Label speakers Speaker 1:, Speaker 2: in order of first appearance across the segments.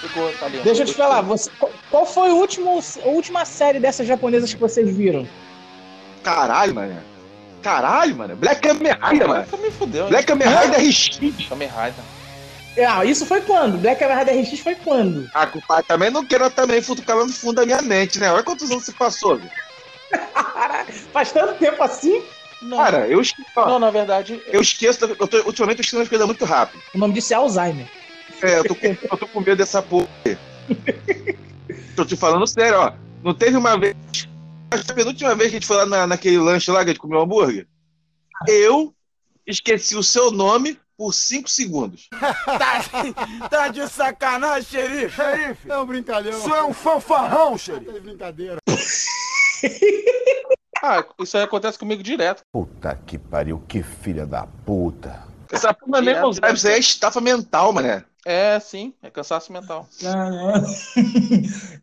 Speaker 1: ficou talentoso.
Speaker 2: Deixa eu te falar, você, qual foi o último, a última série dessas japonesas que vocês viram?
Speaker 3: Caralho, mano. Caralho, mano. Black Kamen Rider, mano.
Speaker 1: Também fudeu.
Speaker 3: Black Kamen Rider é RX.
Speaker 1: né? Kamen Rider.
Speaker 2: Ah, isso foi quando? Black Kamen Rider RX foi quando?
Speaker 3: Ah, compadre, também não quero também futucar lá no fundo da minha mente, né? Olha quantos anos se passou, velho.
Speaker 2: Caraca, faz tanto tempo assim?
Speaker 1: Não,
Speaker 3: Cara, eu, esque- ó,
Speaker 1: não, na verdade,
Speaker 3: eu esqueço. Eu tô, ultimamente eu esqueço as coisas muito rápido.
Speaker 2: O nome disso é Alzheimer.
Speaker 3: É, eu tô, com, eu tô com medo dessa porra. aí. tô te falando sério, ó. Não teve uma vez. Acho que a penúltima vez que a gente foi lá na- naquele lanche lá que a gente comeu hambúrguer. Eu esqueci o seu nome por 5 segundos.
Speaker 4: Tá de sacanagem, xerife? Xerife,
Speaker 5: É um brincalhão.
Speaker 4: é um fanfarrão,
Speaker 5: Tá de brincadeira.
Speaker 1: ah, isso aí acontece comigo direto.
Speaker 6: Puta que pariu, que filha da puta.
Speaker 3: Essa porra nem é Alzheimer, isso aí é estafa mental, mané.
Speaker 1: É, sim, é cansaço mental.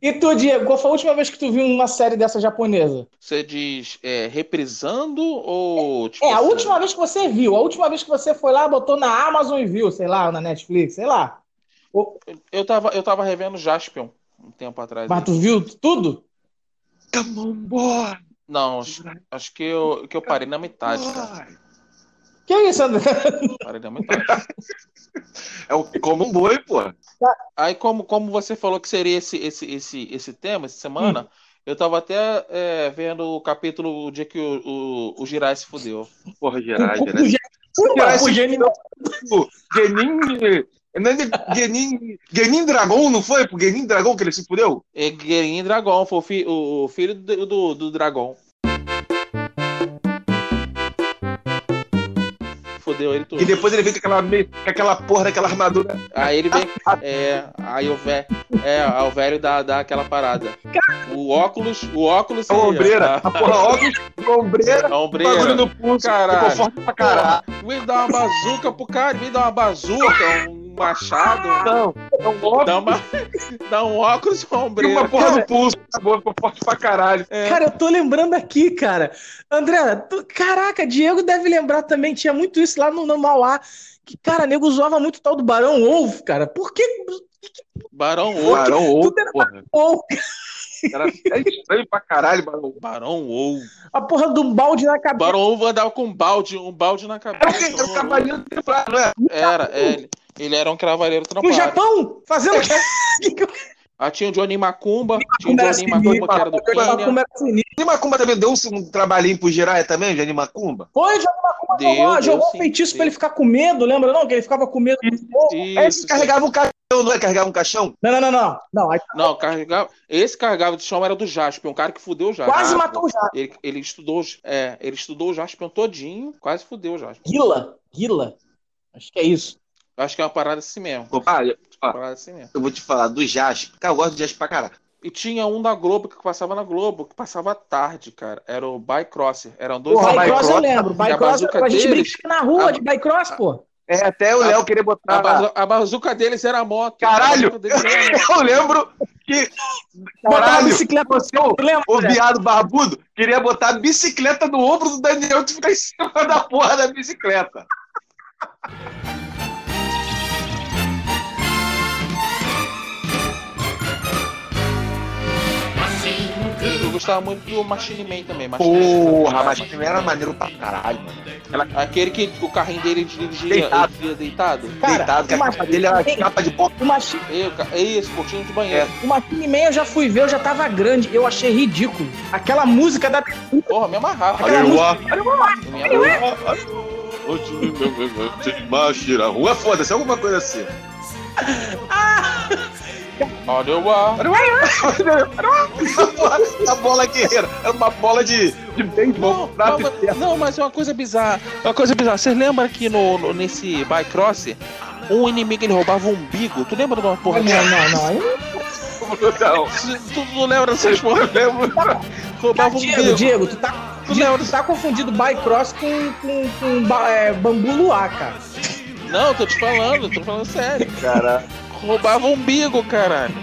Speaker 2: e tu, Diego, qual foi a última vez que tu viu uma série dessa japonesa?
Speaker 1: Você diz é, reprisando ou. tipo
Speaker 2: É, a
Speaker 1: assim,
Speaker 2: última vez que você viu, a última vez que você foi lá, botou na Amazon e viu, sei lá, na Netflix, sei lá.
Speaker 1: Eu tava, eu tava revendo Jaspion um tempo atrás.
Speaker 2: Mas tu viu tudo?
Speaker 3: Come on, boy.
Speaker 1: Não, acho, acho que, eu, que eu parei na metade, cara.
Speaker 2: Que isso, André?
Speaker 1: Parei na metade.
Speaker 3: É o como um boi, pô.
Speaker 1: Aí, como, como você falou que seria esse, esse, esse, esse tema, essa
Speaker 2: Hum.
Speaker 1: semana, eu tava até é, vendo o capítulo o dia que o, o, o Jirai se fudeu.
Speaker 3: Porra, Gerard, né?
Speaker 2: O Gen- Puta,
Speaker 3: Parece-
Speaker 2: o Gen-
Speaker 3: Pô, Genin. Não é um de- Genin. Genin Dragon, não foi? Pro Genin Dragon que ele se fudeu?
Speaker 1: É Guerin Dragon, foi o, fi- o- o filho do, do, do Dragon. Fudeu ele tudo.
Speaker 3: E depois ele veio com aquela, me- com aquela porra daquela armadura.
Speaker 1: Aí ele vem. É, aí o velho. É, aí o velho dá, dá aquela parada. O óculos. O óculos.
Speaker 3: A
Speaker 1: seria-
Speaker 3: É ombreira.
Speaker 1: a-
Speaker 3: A porra óculos, a ombreira,
Speaker 1: A
Speaker 3: bagulho
Speaker 1: ombreira.
Speaker 3: no pulso.
Speaker 1: Caralho.
Speaker 3: Ficou forte pra caralho.
Speaker 1: Me dá uma bazuca pro cara, me dá uma bazuca, um machado.
Speaker 3: Não, é um
Speaker 1: Dá,
Speaker 3: óculos
Speaker 1: uma, dá um óculos com a
Speaker 3: e uma
Speaker 1: ombreira.
Speaker 3: porra no pulso. Acabou, ficou forte pra caralho.
Speaker 2: Cara, eu tô lembrando aqui, cara. André, tu- caraca, Diego deve lembrar também, tinha muito isso lá no, no Mauá. Que, cara, nego zoava muito o tal do Barão Ovo, cara. Por que
Speaker 1: Barão Ou.
Speaker 3: Barão ou
Speaker 2: Tudo era
Speaker 3: porra.
Speaker 2: Ovo?
Speaker 3: Era é estranho pra caralho, Barão.
Speaker 1: Barão Ou.
Speaker 2: A porra do balde na cabeça.
Speaker 1: Barão Ou andava com um balde, um balde na
Speaker 3: Era
Speaker 1: cabeça. um
Speaker 3: o- era um o cavalinho do templado, né?
Speaker 1: Era, é, ele, ele era um cravaleiro
Speaker 2: No
Speaker 1: trampado.
Speaker 2: Japão, fazendo que que
Speaker 1: Aí Ah, tinha o Johnny Macumba, tinha o
Speaker 2: Macumba era
Speaker 1: Johnny Macumba que era do né?
Speaker 2: eu tava com
Speaker 1: Quênia.
Speaker 2: era sinistro.
Speaker 3: E Macumba também deu um, um trabalhinho pro Jiraiya também, de Animacumba?
Speaker 2: Foi,
Speaker 1: Deu,
Speaker 2: jogou, jogou,
Speaker 1: deu,
Speaker 2: jogou um
Speaker 1: sim,
Speaker 2: feitiço
Speaker 1: deu.
Speaker 2: pra ele ficar com medo, lembra não? Que ele ficava com medo do povo.
Speaker 3: É,
Speaker 1: Isso,
Speaker 3: esse carregava um caixão, não é? Carregava um caixão?
Speaker 2: Não, não, não, não. Não, aí
Speaker 1: Não, carregava. Esse carregava de chão era do Jaspion, um cara que fudeu o Jaspion.
Speaker 2: quase matou o Jaspion.
Speaker 1: Ele, ele estudou, é, ele estudou o Jaspion todinho, quase fudeu o Jaspion.
Speaker 2: Gila, Gila. Acho que é isso.
Speaker 1: Acho que é uma parada assim mesmo.
Speaker 3: Compadre,
Speaker 1: Uma parada assim mesmo.
Speaker 3: eu vou te falar do Jasper. Cara, eu gosto do Jasper pra caralho.
Speaker 1: E tinha um da Globo que passava na Globo, que passava à tarde, cara. Era o Bycrosser. Eram dois
Speaker 3: Porra,
Speaker 1: amigos.
Speaker 2: Bycross eu
Speaker 3: Bycross.
Speaker 2: lembro.
Speaker 1: E a
Speaker 2: Bycross,
Speaker 1: bazuca
Speaker 2: a gente
Speaker 1: deles-
Speaker 2: brincava na rua
Speaker 1: a-
Speaker 2: de Bycross, pô.
Speaker 3: É, até o
Speaker 2: Tá
Speaker 1: Ah,
Speaker 3: Léo querer botar.
Speaker 1: A, bazu... a bazuca deles era a moto.
Speaker 3: é Caralho!
Speaker 1: A bazuca
Speaker 2: Tá
Speaker 1: deles
Speaker 2: né?
Speaker 1: era a moto.
Speaker 3: Eu lembro que.
Speaker 2: Botava a
Speaker 3: Caralho,
Speaker 2: bicicleta.
Speaker 3: você, o,
Speaker 2: Tu lembra?
Speaker 3: o
Speaker 2: André?
Speaker 3: viado barbudo, queria botar a bicicleta no ombro do Daniel e ficar em cima da porra da bicicleta.
Speaker 1: Eu gostava muito do Machine Man também. Machine Man.
Speaker 3: Porra, mas também era maneiro pra caralho, mano.
Speaker 1: Aquele que o carrinho dele dirigia
Speaker 3: Deitado.
Speaker 1: deitado. deitado.
Speaker 2: Cara,
Speaker 3: Deitado, que a
Speaker 2: uma-
Speaker 3: capa dele era
Speaker 2: Ei.
Speaker 3: capa de boca.
Speaker 2: O Machine,
Speaker 1: E o ca- Isso, cortina de banheiro.
Speaker 2: o Machine Man eu já fui ver, eu já tava grande. Eu achei ridículo. Aquela música da.
Speaker 1: Porra, me amarrava.
Speaker 2: Aquela música-
Speaker 1: Me amarrava.
Speaker 2: é?
Speaker 3: Rua é foda-se, alguma coisa assim.
Speaker 1: Olha o ar.
Speaker 3: A bola guerreira, era uma bola de, de beisebol.
Speaker 1: Não,
Speaker 3: sabe?
Speaker 1: não, mas- não, mas é uma coisa bizarra. É uma coisa bizarra. Vocês lembram que no, no- nesse Bycross, um inimigo ele roubava um umbigo? Tu lembra de uma porra
Speaker 2: né? Não,
Speaker 1: dessa?
Speaker 2: não, não. Aí
Speaker 3: Não.
Speaker 1: Tu, tu não lembra dessas porra?
Speaker 3: lembro.
Speaker 1: Roubava um
Speaker 2: Diego,
Speaker 1: umbigo.
Speaker 2: Diego, tu tá,
Speaker 1: Tu
Speaker 2: Diego,
Speaker 1: lembra
Speaker 2: tu tá confundido Bycross com, com, com ba- é, bambu luar, cara.
Speaker 1: Não, tô te falando, tô falando sério.
Speaker 3: Cara,
Speaker 1: Roubava um umbigo, caralho.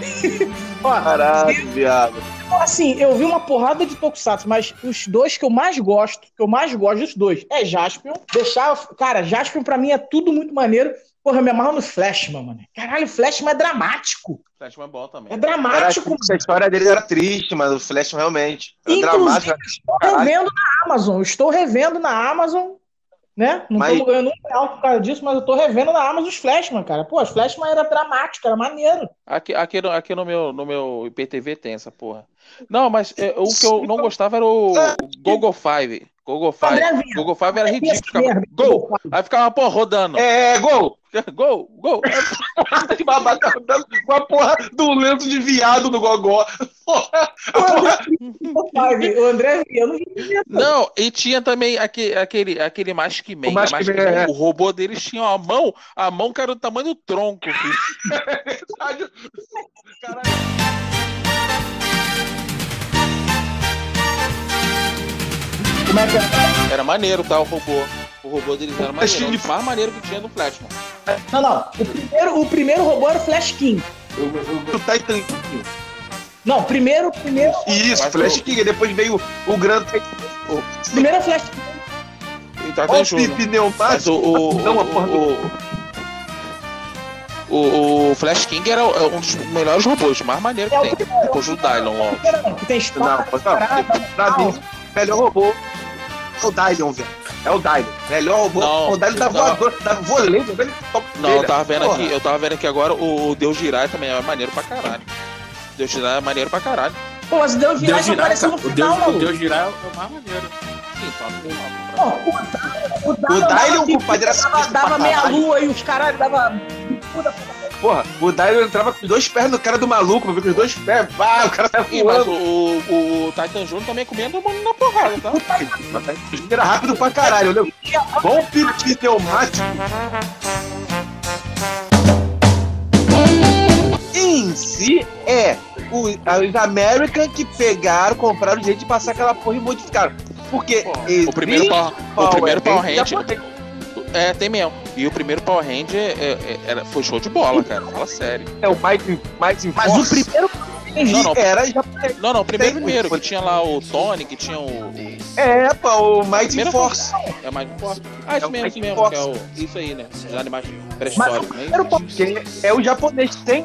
Speaker 2: Ó,
Speaker 3: caralho, viado.
Speaker 2: assim, eu vi uma porrada de Tokusatsu, mas os dois que eu mais gosto, que eu mais gosto dos dois, é Jaspion. Deixar, cara, Jaspion pra mim é tudo muito maneiro. Porra, eu me amarro no Flashman, mano. Caralho, o Flashman é dramático.
Speaker 1: Flashman é bom
Speaker 2: É
Speaker 1: também.
Speaker 3: Era
Speaker 2: dramático.
Speaker 3: triste, a história dele era triste, mas o Flash realmente. Era
Speaker 2: Inclusive,
Speaker 3: dramático.
Speaker 2: eu estou revendo na Amazon. Estou revendo na Amazon. Né? Não
Speaker 3: Mas-
Speaker 2: estou ganhando um real por causa disso, mas eu tô revendo na Amazon os Flashman, cara. Pô, os Flashman era dramático, era maneiro.
Speaker 1: Aqui, aqui, no, aqui no meu, no meu IPTV tem essa porra. Não, mas é, o que eu não gostava era o Google Five. Google
Speaker 2: André
Speaker 1: Five.
Speaker 2: Vinha.
Speaker 1: Google Five era ridículo.
Speaker 2: Essa merda,
Speaker 1: Ficava, gol!
Speaker 2: porra.
Speaker 1: Aí ficava, pô, rodando.
Speaker 3: É, gol!
Speaker 1: Gol, gol.
Speaker 3: Que babaca andando com a porra do lento de viado no gogó. Porra, a porra
Speaker 2: Pô, Five, O André Vinha, eu não vi
Speaker 1: Não, e tinha também aque- aquele, aquele Mask Man. né?
Speaker 3: O Mask
Speaker 1: Mask
Speaker 3: Man,
Speaker 1: Man,
Speaker 3: é.
Speaker 1: o robô deles tinha uma mão, a mão que era do tamanho do tronco. filho.
Speaker 3: Caralho.
Speaker 2: como é que é.
Speaker 1: Era maneiro, tá? O robô. O robô deles era maneiro.
Speaker 3: Mas
Speaker 1: Era
Speaker 3: tinha-
Speaker 1: o mais maneiro que tinha no Flashman.
Speaker 2: Não, não. O primeiro, o primeiro robô era o Flash King.
Speaker 3: Do Titan
Speaker 2: Não, primeiro, primeiro,
Speaker 3: Isso, Flash King. Depois veio o grande
Speaker 2: primeiro é o Flash King.
Speaker 1: E tá
Speaker 3: Olha
Speaker 1: até
Speaker 3: o
Speaker 1: junto.
Speaker 3: pipi neumático.
Speaker 1: Mas o. O,
Speaker 3: Não, a porra do-
Speaker 1: o- o- o Flash King era um dos melhores robôs, o mais maneiro que
Speaker 2: É o
Speaker 1: tem. né?
Speaker 2: primeiro.
Speaker 1: Depois do Dylon, ó.
Speaker 2: Primeiro não, que tem
Speaker 3: Não,
Speaker 2: espada.
Speaker 3: pô, não. Pra mim, melhor robô é o Dylion, velho. É o Dylion. Melhor robô.
Speaker 1: Não,
Speaker 3: o Dylion tá da
Speaker 1: não.
Speaker 3: voadora, da voleira, velho. Top
Speaker 1: Não, eu tava vendo
Speaker 3: Porra.
Speaker 1: aqui, eu tava vendo aqui agora o Deus Girai também é maneiro pra caralho. Deus Girai é maneiro pra caralho.
Speaker 2: Pô, mas o Deus Girar
Speaker 5: Deus
Speaker 2: só
Speaker 5: girar,
Speaker 2: apareceu
Speaker 5: cara.
Speaker 2: no
Speaker 5: O
Speaker 2: final,
Speaker 5: Deus,
Speaker 2: mano.
Speaker 5: o Deus girar é o mais maneiro.
Speaker 1: Sim, tá no final.
Speaker 2: Pô, o Dylan,
Speaker 3: O
Speaker 2: dava
Speaker 3: Dylan,
Speaker 2: bicuda,
Speaker 3: compadre, era
Speaker 2: dava,
Speaker 3: sinistro pra
Speaker 2: dava meia
Speaker 3: caralho.
Speaker 2: lua e os caras dava bicuda.
Speaker 3: Porra, o Dylion entrava com os dois pés no cara do maluco, meu, com os dois pés. Pá, o cara tá
Speaker 1: Ih, mas
Speaker 3: voando.
Speaker 1: o, o, o Titan Jr. também comia todo mundo na porrada, tá?
Speaker 3: Mas tá- Era rápido pra caralho, olha. Bom pipi neumático. Em si é o- os American que pegaram, compraram o jeito de passar aquela porra e modificaram. Porque
Speaker 1: Pô, o primeiro Power, o primeiro Power Ranger é, tem mesmo. E o primeiro Power Ranger é, é, era, foi show de bola, cara. Fala sério.
Speaker 3: É o Mike, Mike
Speaker 2: Mas o primeiro
Speaker 1: Não, não,
Speaker 3: era japonês.
Speaker 1: não, não, o primeiro
Speaker 3: Tem-
Speaker 1: primeiro, que tinha lá o Tony, que tinha o.
Speaker 3: É, pô, o Mighty
Speaker 1: Primeiro
Speaker 3: Force.
Speaker 1: É mais forte. Ah,
Speaker 3: É
Speaker 1: isso
Speaker 3: o
Speaker 1: mesmo, isso
Speaker 3: Mighty
Speaker 1: mesmo,
Speaker 3: Fox.
Speaker 1: que é o. Isso aí, né? Os animais
Speaker 2: Mas o
Speaker 1: pré-históricos, né?
Speaker 2: primeiro Power
Speaker 3: Porque é o japonês. Tem,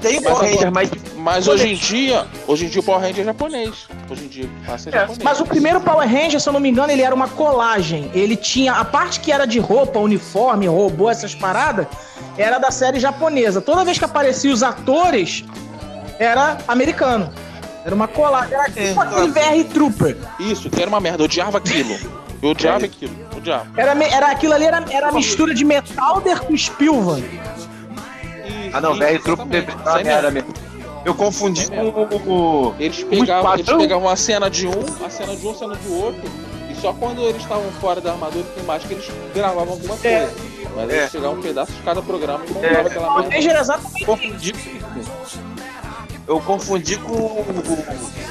Speaker 3: tem o Power Ranger, mas
Speaker 1: Mas hoje em dia, hoje em dia o Power Ranger é japonês. Hoje em dia passa é
Speaker 3: É,
Speaker 1: japonês.
Speaker 2: Mas o primeiro Power Ranger, se eu não me engano, ele era uma colagem. Ele tinha a parte que era de roupa, uniforme, robô, essas paradas, era da série japonesa. Toda vez que apareciam os atores, era americano. Era uma colagem. Era tipo aquele VR Trooper.
Speaker 1: Isso, que era uma merda. Eu odiava aquilo. Eu odiava aquilo. Eu odiava.
Speaker 2: Era, me- era aquilo ali, era, era a mistura de Metalder com Spielvan.
Speaker 3: Ah, não,
Speaker 1: Isso,
Speaker 3: velho, truco de
Speaker 1: exatamente.
Speaker 3: uma
Speaker 1: Isso aí mesmo.
Speaker 3: merda mesmo. Eu confundi
Speaker 1: Isso aí
Speaker 3: com o.
Speaker 1: Eles
Speaker 3: Um
Speaker 1: pegavam, eles
Speaker 3: esquadrão?
Speaker 1: pegavam a cena de um, a cena de um, a cena do outro, e só quando eles estavam fora da armadura e tudo mais que eles gravavam alguma coisa.
Speaker 2: É.
Speaker 1: Mas
Speaker 3: É.
Speaker 1: eles pegavam um pedaço de cada programa e montavam aquela
Speaker 2: O
Speaker 1: merda.
Speaker 2: Ranger era exatamente
Speaker 3: Confundi. Eu confundi com o.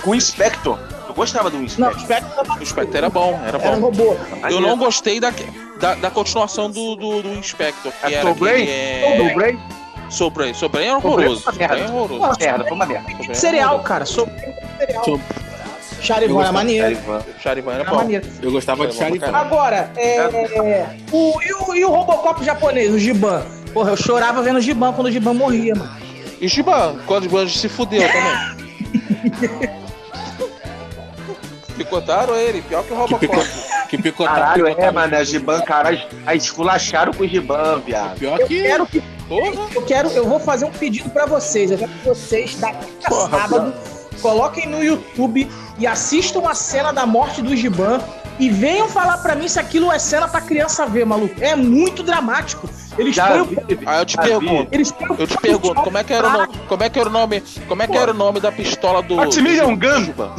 Speaker 3: Com o Inspector. Eu gostava do
Speaker 2: Não,
Speaker 3: Inspector.
Speaker 2: o Spectre
Speaker 1: O Spectre era bom, era
Speaker 2: era um
Speaker 1: bom.
Speaker 2: robô.
Speaker 1: Eu não gostei da, da, da continuação do, do, do Inspector, que
Speaker 3: É
Speaker 1: era
Speaker 3: Soul Brain?
Speaker 1: aquele, é...
Speaker 3: Do Brain?
Speaker 1: Sobrei. Sobrei era
Speaker 3: Soul Brain é uma
Speaker 1: horroroso. Sobrei
Speaker 3: merda.
Speaker 1: era horroroso.
Speaker 3: Uma merda, foi uma merda.
Speaker 1: Sobrei era um
Speaker 2: Cereal,
Speaker 1: horroroso.
Speaker 2: cara. Sou cereal.
Speaker 5: Sou-
Speaker 2: Charivan era maneiro.
Speaker 1: Charivan era
Speaker 2: Era
Speaker 1: bom.
Speaker 2: maneiro.
Speaker 5: Eu gostava de
Speaker 1: Era bom pra
Speaker 5: Charivan.
Speaker 1: caralho.
Speaker 2: Agora, é, é, o, e, o, e o Robocop japonês, o Giban? Porra, eu chorava vendo o Giban quando o Giban morria, mano.
Speaker 1: E Shiban, quando o Banjo se fudeu também. Picotaram ele, pior que o
Speaker 5: Que, pico...
Speaker 1: Robocop.
Speaker 5: que picotava.
Speaker 3: Caralho, é, mano, a Giban, caralho. Aí esculacharam com o Giban, viado.
Speaker 5: Pior
Speaker 2: Eu
Speaker 5: que.
Speaker 2: quero que.
Speaker 1: Porra.
Speaker 2: Eu quero. Eu vou fazer um pedido pra vocês. Eu quero que vocês, daqui a sábado, coloquem no YouTube e assistam a cena da morte do Giban. E venham falar pra mim se aquilo é cena pra criança ver, maluco. É muito dramático. Eles põem
Speaker 3: Já
Speaker 2: o.
Speaker 3: vi, vi.
Speaker 1: Aí eu te
Speaker 3: Já
Speaker 1: pergunto,
Speaker 2: Eles põem o
Speaker 1: eu te pergunto, como é que era o nome, como é que era o nome, como é que era o nome da pistola do
Speaker 3: Maximilian Gamba.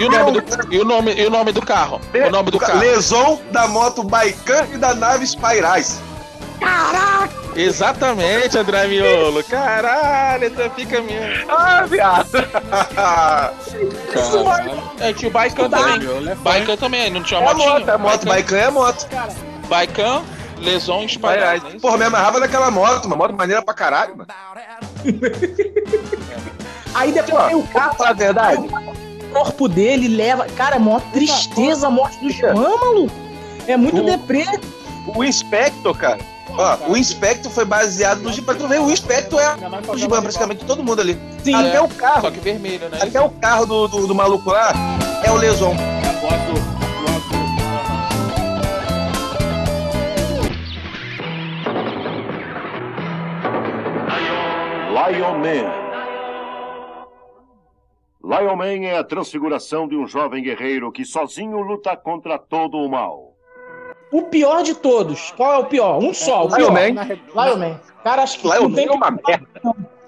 Speaker 1: e o nome do e o nome e o nome do carro? O nome do carro.
Speaker 3: Leson da moto Baikan e da nave Spyrais.
Speaker 1: Exatamente, André Miolo. Caralho, tu fica mesmo.
Speaker 3: Ah, viado.
Speaker 5: Caralho,
Speaker 1: É, tinha o Baikan também.
Speaker 5: meu elefante.
Speaker 1: Baikan também, não tinha
Speaker 3: É a
Speaker 1: motinho?
Speaker 3: moto, é a moto. Baikan é a moto.
Speaker 1: Baikan, lesão e né? espalhada.
Speaker 3: Spyrise. Porra, me amarrava naquela moto, uma moto maneira pra caralho, mano.
Speaker 2: Aí depois
Speaker 3: Ó,
Speaker 2: tem um o carro.
Speaker 3: Pra falar a verdade,
Speaker 2: o corpo dele leva. Cara, é maior tristeza a morte do Giban, maluco. É muito
Speaker 3: O-
Speaker 2: deprê.
Speaker 3: O Inspector, cara.
Speaker 2: Tá.
Speaker 3: Ó, o Inspector foi baseado no Giba. Tu vê, o Inspector é o Giba, praticamente todo mundo ali.
Speaker 2: Sim. É
Speaker 3: até o carro.
Speaker 1: Só que vermelho, né?
Speaker 3: Até o carro do, do, do maluco lá é o Leson.
Speaker 7: Lion Man. Lion Man é a transfiguração de um jovem guerreiro que sozinho luta contra todo o mal.
Speaker 2: O pior de todos. Qual é o pior? Um só. O pior.
Speaker 3: Lion Man.
Speaker 2: Lion Man. Cara, acho que
Speaker 3: Lion
Speaker 2: não tem
Speaker 3: Man é uma merda.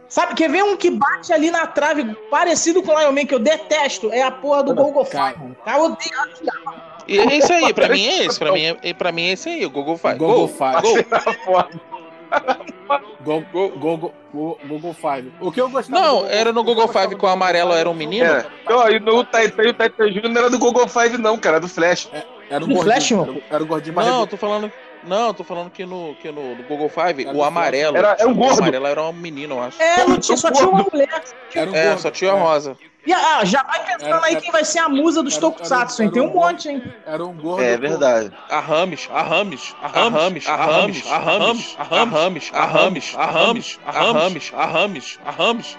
Speaker 2: Sabe, quer ver um que bate ali na trave parecido com o Lion Man que eu detesto? É a porra do Golgofai. Cara, eu odeio.
Speaker 1: E é isso aí, pra mim é esse. Pra mim é, é- pra mim é esse aí, o Google Five. Gol.
Speaker 5: Google Five.
Speaker 1: Gol.
Speaker 5: Go- go- go- go- go- Google Five. O que eu gostava. do
Speaker 1: Não,
Speaker 5: Google-
Speaker 1: era no Google Five com o amarelo, era um menino.
Speaker 3: É. Ó, e no Titan, o Titan Júnior não era do Google Five, não, cara, era do Flash.
Speaker 5: Era o
Speaker 2: No
Speaker 5: gordinho.
Speaker 2: Flash,
Speaker 5: era,
Speaker 2: mano?
Speaker 5: o- era o gordinho mais
Speaker 1: Não, tô falando. Não, tô falando que no, que no, no Google Five,
Speaker 5: Era
Speaker 1: o
Speaker 5: do
Speaker 1: amarelo.
Speaker 3: Era, era um
Speaker 1: O
Speaker 3: gordo.
Speaker 1: amarelo era um menino, eu acho.
Speaker 2: É, não tinha, só tinha uma mulher.
Speaker 5: Era o
Speaker 1: É,
Speaker 5: gordo.
Speaker 1: só tinha a rosa.
Speaker 2: E ah, já vai pensando
Speaker 5: Era-
Speaker 2: aí
Speaker 5: era-
Speaker 2: quem vai ser a musa dos
Speaker 5: era-
Speaker 2: Tokusatsu, hein?
Speaker 5: era-
Speaker 2: Tem um
Speaker 5: era um
Speaker 2: monte, hein?
Speaker 5: Era um gordo.
Speaker 3: É verdade.
Speaker 1: A Rames, a Rames, a Rames, a Rames, a Rames, a Rames, a Rames, a Rames, a Rames, a Rames, a Rames,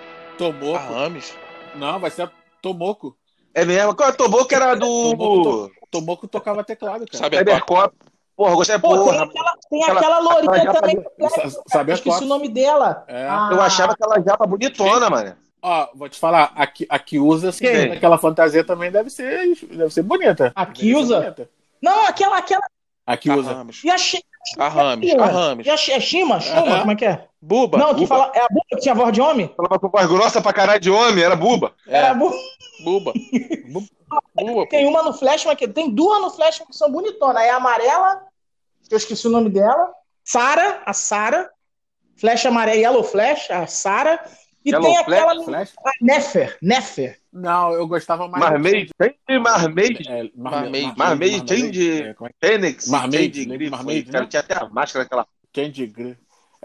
Speaker 1: a
Speaker 5: Tomoco.
Speaker 1: Rames.
Speaker 5: Não, vai ser a Tomoco.
Speaker 3: É mesmo. Qual tomou que era do.
Speaker 5: Tomoko, Tomoco tocava teclado, cara.
Speaker 1: Sabe a Copa?
Speaker 3: Cybercop. Porra, eu gostei.
Speaker 2: Pô, tem
Speaker 3: Porra,
Speaker 2: aquela, tem
Speaker 3: Ela-
Speaker 2: aquela
Speaker 3: ela
Speaker 2: lourinha
Speaker 3: já
Speaker 2: também.
Speaker 5: Sa- Sabe
Speaker 2: Eu
Speaker 5: a
Speaker 2: esqueci o
Speaker 5: quatro.
Speaker 2: nome dela.
Speaker 5: É.
Speaker 2: Ah,
Speaker 3: eu achava aquela japa bonitona, mano.
Speaker 5: Ó, vou te falar, a que, a que usa assim,
Speaker 3: Quem?
Speaker 5: aquela fantasia também deve ser, deve ser bonita.
Speaker 2: A que usa?
Speaker 5: Deve ser bonita.
Speaker 2: Não, aquela, aquela.
Speaker 5: A que
Speaker 1: A
Speaker 5: usa.
Speaker 1: Rames,
Speaker 2: E a, Shi-
Speaker 1: a Rames, a Rames.
Speaker 2: e a Shi- é Shima? Shuma?
Speaker 5: Aham.
Speaker 2: Como é que é?
Speaker 1: Buba.
Speaker 2: não, que
Speaker 1: Buba.
Speaker 2: fala. É a Buba que tinha voz de homem?
Speaker 3: Falava com voz grossa pra caralho de homem, era buba.
Speaker 2: Era a
Speaker 1: É,
Speaker 2: Buba.
Speaker 1: Buba. Bu- Buba,
Speaker 2: Tem
Speaker 1: pô.
Speaker 2: uma no Flashman que tem duas no Flashman que são bonitonas. É a amarela, que eu esqueci o nome dela. Sara, a Sara. Flecha amarela, Yellow Flash, a Sara. E
Speaker 3: Yellow
Speaker 2: tem
Speaker 3: Flash?
Speaker 2: aquela
Speaker 5: ah. Flash?
Speaker 2: a Nefer, Nefer.
Speaker 5: Não, eu gostava mais.
Speaker 3: Marmaid, tem Marmaid,
Speaker 5: É,
Speaker 1: Marmaid.
Speaker 3: Marmaid, Change.
Speaker 5: É, como é
Speaker 3: Fênix,
Speaker 5: Marmaid,
Speaker 3: Jade
Speaker 5: lembra
Speaker 3: Grifo,
Speaker 5: Marmaid,
Speaker 3: cara,
Speaker 5: né?
Speaker 3: tinha até a máscara aquela.
Speaker 5: que- Change Gr-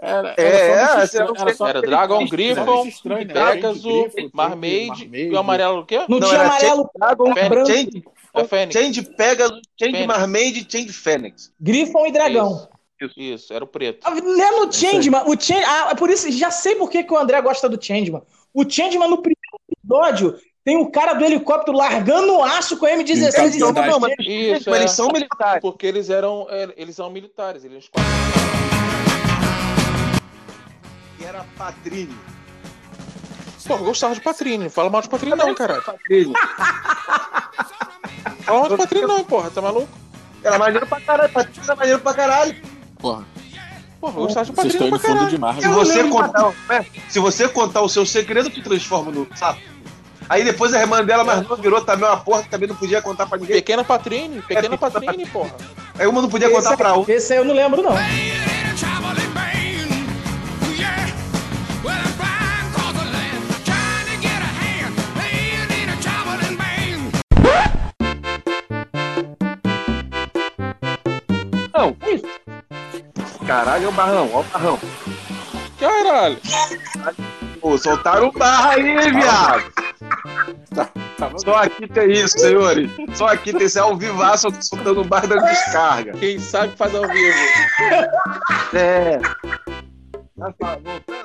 Speaker 5: Era,
Speaker 3: É,
Speaker 5: era,
Speaker 3: é,
Speaker 5: só um bicho estranho,
Speaker 3: era-
Speaker 5: era só
Speaker 1: Era Dragon Griffon,
Speaker 5: bicho estranho,
Speaker 1: É
Speaker 5: né?
Speaker 1: Pegasus,
Speaker 5: Change Griffon,
Speaker 1: Marmaid
Speaker 5: Change
Speaker 1: e o amarelo o quê?
Speaker 2: Não,
Speaker 3: Não,
Speaker 2: tinha
Speaker 3: era
Speaker 2: amarelo,
Speaker 3: Dragon,
Speaker 2: era
Speaker 1: Fênix.
Speaker 2: branco,
Speaker 3: Change,
Speaker 1: Da Fênix.
Speaker 3: Change Pegasus, Change
Speaker 1: Fênix.
Speaker 3: Marmaid, Change Fênix.
Speaker 2: Griffon e Dragão.
Speaker 1: Isso, era o preto.
Speaker 2: Ah, Lembra o Changeman? O Change, ah, é por isso, já sei por que, que o André gosta do Changeman. O Changeman, no primeiro episódio, tem o cara do helicóptero largando o aço com o M16 em
Speaker 5: Então,
Speaker 2: cima do
Speaker 5: não,
Speaker 2: meu.
Speaker 1: Isso,
Speaker 3: Mas
Speaker 1: é.
Speaker 3: eles são militares.
Speaker 1: Porque eles eram, é, eles são militares, eles
Speaker 3: E era Patrini.
Speaker 1: Pô, eu gostava de Patrini, não fala mal de Patrini não, caralho.
Speaker 3: Patrini.
Speaker 1: Fala mal de Patrini não, porra, tá maluco?
Speaker 3: Era maneiro pra caralho, Patrini era maneiro pra caralho.
Speaker 5: Porra,
Speaker 1: Porra, eu gostava de
Speaker 5: vocês
Speaker 1: Patrini
Speaker 5: estão indo
Speaker 1: pra
Speaker 5: fundo
Speaker 1: caralho.
Speaker 5: de
Speaker 3: Se
Speaker 5: Marvel.
Speaker 3: você, contar, né, se você contar o seu segredo, te transforma no sapo. Aí depois a irmã dela mais nova virou também uma porra que também não podia contar pra ninguém.
Speaker 1: Pequena Patrini, pequena Patrini, porra.
Speaker 3: Aí uma não podia
Speaker 1: é
Speaker 3: contar pra outra.
Speaker 2: Esse aí eu não lembro, não.
Speaker 3: Não. Caralho, é o barrão, ó o barrão.
Speaker 1: Caralho.
Speaker 3: Pô, soltaram o barra aí, viado.
Speaker 5: Tava-
Speaker 3: Só aqui tem isso, senhores. Só aqui tem esse ao vivaço soltando o barra da descarga.
Speaker 1: Quem sabe faz ao vivo.
Speaker 3: É. Voltando